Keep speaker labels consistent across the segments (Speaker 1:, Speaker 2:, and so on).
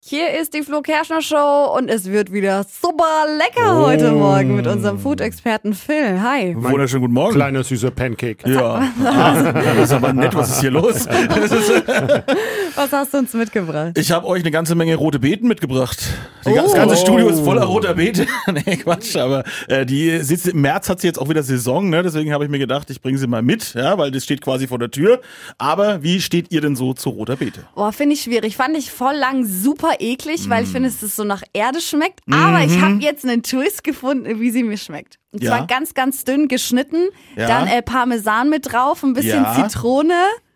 Speaker 1: Hier ist die Flo Kerschner Show und es wird wieder super lecker heute
Speaker 2: Oh.
Speaker 1: Morgen mit unserem Food-Experten Phil. Hi.
Speaker 2: Wunderschönen guten Morgen.
Speaker 3: Oh, Kleiner süßer Pancake.
Speaker 2: ja, Ah, das ist aber nett, was ist hier los? Das ist,
Speaker 1: Was hast du uns mitgebracht?
Speaker 2: ich habe euch eine ganze Menge rote Beeten mitgebracht. Die, ga-
Speaker 1: Oh.
Speaker 2: Das ganze Studio ist voller roter Beete. nee, Quatsch, aber äh, die sitzt im März hat sie jetzt auch wieder Saison, ne? deswegen habe ich mir gedacht, ich bringe sie mal mit, ja, weil das steht quasi vor der Tür. Aber wie steht ihr denn so zu roter Beete?
Speaker 1: Boah, finde ich schwierig. Fand ich voll lang super eklig,
Speaker 2: Mm.
Speaker 1: weil ich finde, dass es so nach Erde schmeckt. Aber ich habe jetzt einen Twist gefunden, wie sie mir schmeckt. Und
Speaker 2: Mhm. Ja.
Speaker 1: zwar ganz, ganz dünn geschnitten.
Speaker 2: Ja.
Speaker 1: Dann äh, Parmesan mit drauf, ein bisschen
Speaker 2: Ja.
Speaker 1: Zitrone.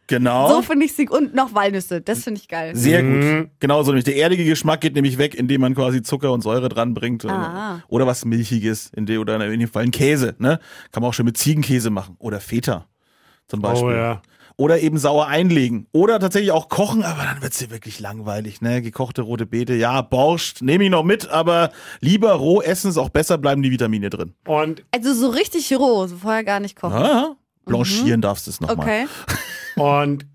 Speaker 2: Genau.
Speaker 1: So finde ich sie. Und noch Walnüsse. Das finde ich geil.
Speaker 2: Sehr
Speaker 3: Mhm.
Speaker 2: gut. Genau so. Nämlich der erdige Geschmack geht nämlich weg, indem man quasi Zucker und Säure dran bringt.
Speaker 1: Ah.
Speaker 2: Oder, oder was Milchiges. In de, oder in dem Fall ein Käse. Ne? Kann man auch schön mit Ziegenkäse machen. Oder Feta zum Beispiel.
Speaker 3: Oh ja.
Speaker 2: Oder eben sauer einlegen. Oder tatsächlich auch kochen, aber dann wird's hier wirklich langweilig. Ne? Gekochte rote Beete, ja, Borscht, nehme ich noch mit, aber lieber roh essen ist auch besser, bleiben die Vitamine drin.
Speaker 3: Und,
Speaker 1: Also so richtig roh, so vorher gar nicht kochen.
Speaker 2: Ah, blanchieren darfst du es nochmal.
Speaker 1: Mhm. Okay.
Speaker 3: und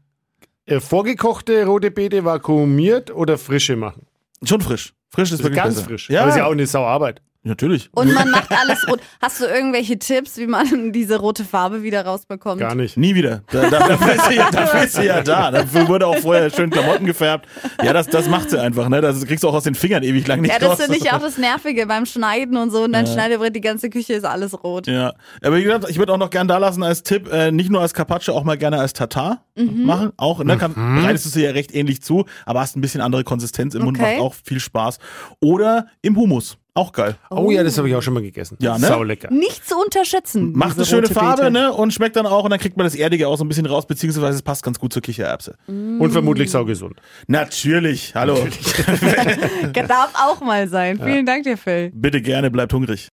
Speaker 3: äh, vorgekochte rote Beete vakuumiert oder frische machen?
Speaker 2: Schon frisch. Frisch ist
Speaker 3: Das ist
Speaker 2: wirklich
Speaker 3: ganz
Speaker 2: besser.
Speaker 3: frisch.
Speaker 2: Ja,
Speaker 3: Das ist ja auch eine Sauarbeit.
Speaker 2: natürlich.
Speaker 1: Und man macht alles rot. Hast du irgendwelche Tipps, wie man diese rote Farbe wieder rausbekommt?
Speaker 3: Gar nicht.
Speaker 2: Nie wieder. Da, da, dafür, ist sie ja, dafür ist sie ja da. Dafür wurde auch vorher schön Klamotten gefärbt. Ja, das, das macht sie einfach, ne? Das kriegst du auch aus den Fingern ewig lang nicht
Speaker 1: Ja, das
Speaker 2: raus.
Speaker 1: finde ich auch das Nervige beim Schneiden und so. Und dann Schneidebrett, die ganze Küche ist alles rot.
Speaker 2: Ja, aber wie gesagt, ich würde auch noch gern da lassen als Tipp, äh, nicht nur als Carpaccio, auch mal gerne als Tatar
Speaker 1: Mhm.
Speaker 2: machen. Auch, ne, kann, bereitest du sie ja recht ähnlich zu, aber hast ein bisschen andere Konsistenz im Mund,
Speaker 1: Okay.
Speaker 2: macht auch viel Spaß. Oder im Hummus, auch geil.
Speaker 3: Oh, ja, das habe ich auch schon mal gegessen.
Speaker 2: Ja, ne?
Speaker 3: Sau lecker.
Speaker 1: Nicht zu unterschätzen.
Speaker 2: Macht eine
Speaker 1: diese
Speaker 2: schöne
Speaker 1: rote
Speaker 2: Farbe,
Speaker 1: Beete.
Speaker 2: ne, und schmeckt dann auch, und dann kriegt man das Erdige auch so ein bisschen raus, beziehungsweise es passt ganz gut zur Kichererbse.
Speaker 3: Und vermutlich saugesund.
Speaker 2: Natürlich, hallo. ne?
Speaker 1: Darf auch mal sein. Vielen Dank dir, Phil.
Speaker 2: Bitte gerne, bleibt hungrig.